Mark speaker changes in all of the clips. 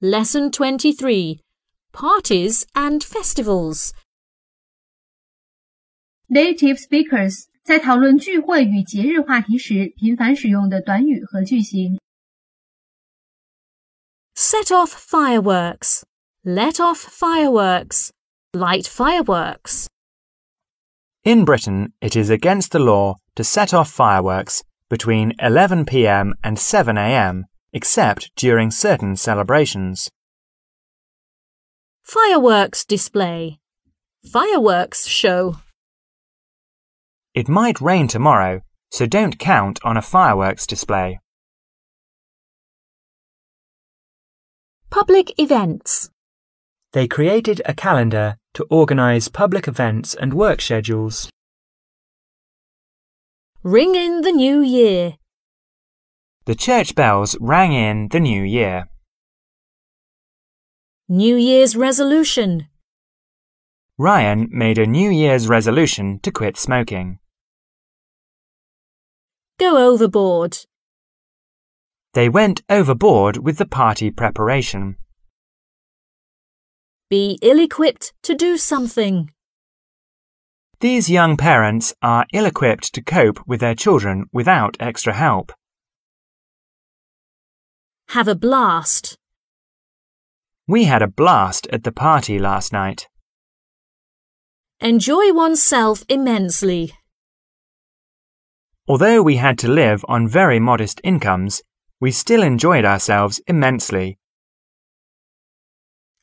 Speaker 1: Lesson 23 Parties and Festivals.
Speaker 2: Native speakers 在讨论聚会与节日话题时频繁使用的短语和句型。
Speaker 1: Set off fireworks. Let off fireworks. Light fireworks.
Speaker 3: In Britain, it is against the law to set off fireworks between 11 pm and 7 am, except during certain celebrations.
Speaker 1: Fireworks display. Fireworks show.
Speaker 3: It might rain tomorrow, so don't count on a fireworks display.
Speaker 1: Public events.
Speaker 3: They created a calendar to organize public events and work schedules.
Speaker 1: Ring in the new year.
Speaker 3: The church bells rang in the new year.
Speaker 1: New Year's resolution.
Speaker 3: Ryan made a New Year's resolution to quit smoking.
Speaker 1: Go overboard.
Speaker 3: They went overboard with the party preparation.
Speaker 1: Be ill equipped to do something.
Speaker 3: These young parents are ill equipped to cope with their children without extra help.
Speaker 1: Have a blast.
Speaker 3: We had a blast at the party last night.
Speaker 1: Enjoy oneself immensely.
Speaker 3: Although we had to live on very modest incomes, we still enjoyed ourselves immensely.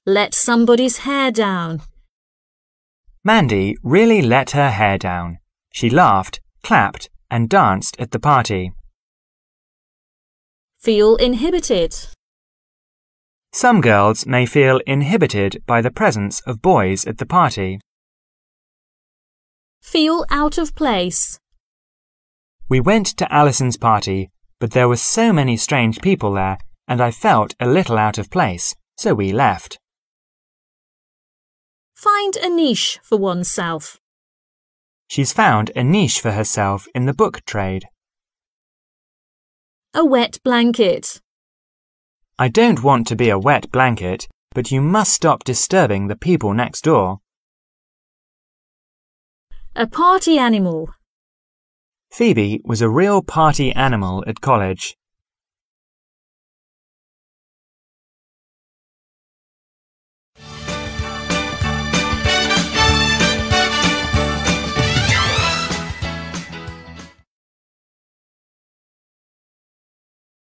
Speaker 1: Let somebody's hair down.
Speaker 3: Mandy really let her hair down. She laughed, clapped, and danced at the party.
Speaker 1: Feel inhibited.
Speaker 3: Some girls may feel inhibited by the presence of boys at the party.
Speaker 1: Feel out of place.
Speaker 3: We went to Alison's party, but there were so many strange people there, and I felt a little out of place, so we left.
Speaker 1: Find a niche for oneself.
Speaker 3: She's found a niche for herself in the book trade.
Speaker 1: A wet blanket.
Speaker 3: I don't want to be a wet blanket, but you must stop disturbing the people next door.
Speaker 1: A party animal.
Speaker 3: Phoebe was a real party animal at college.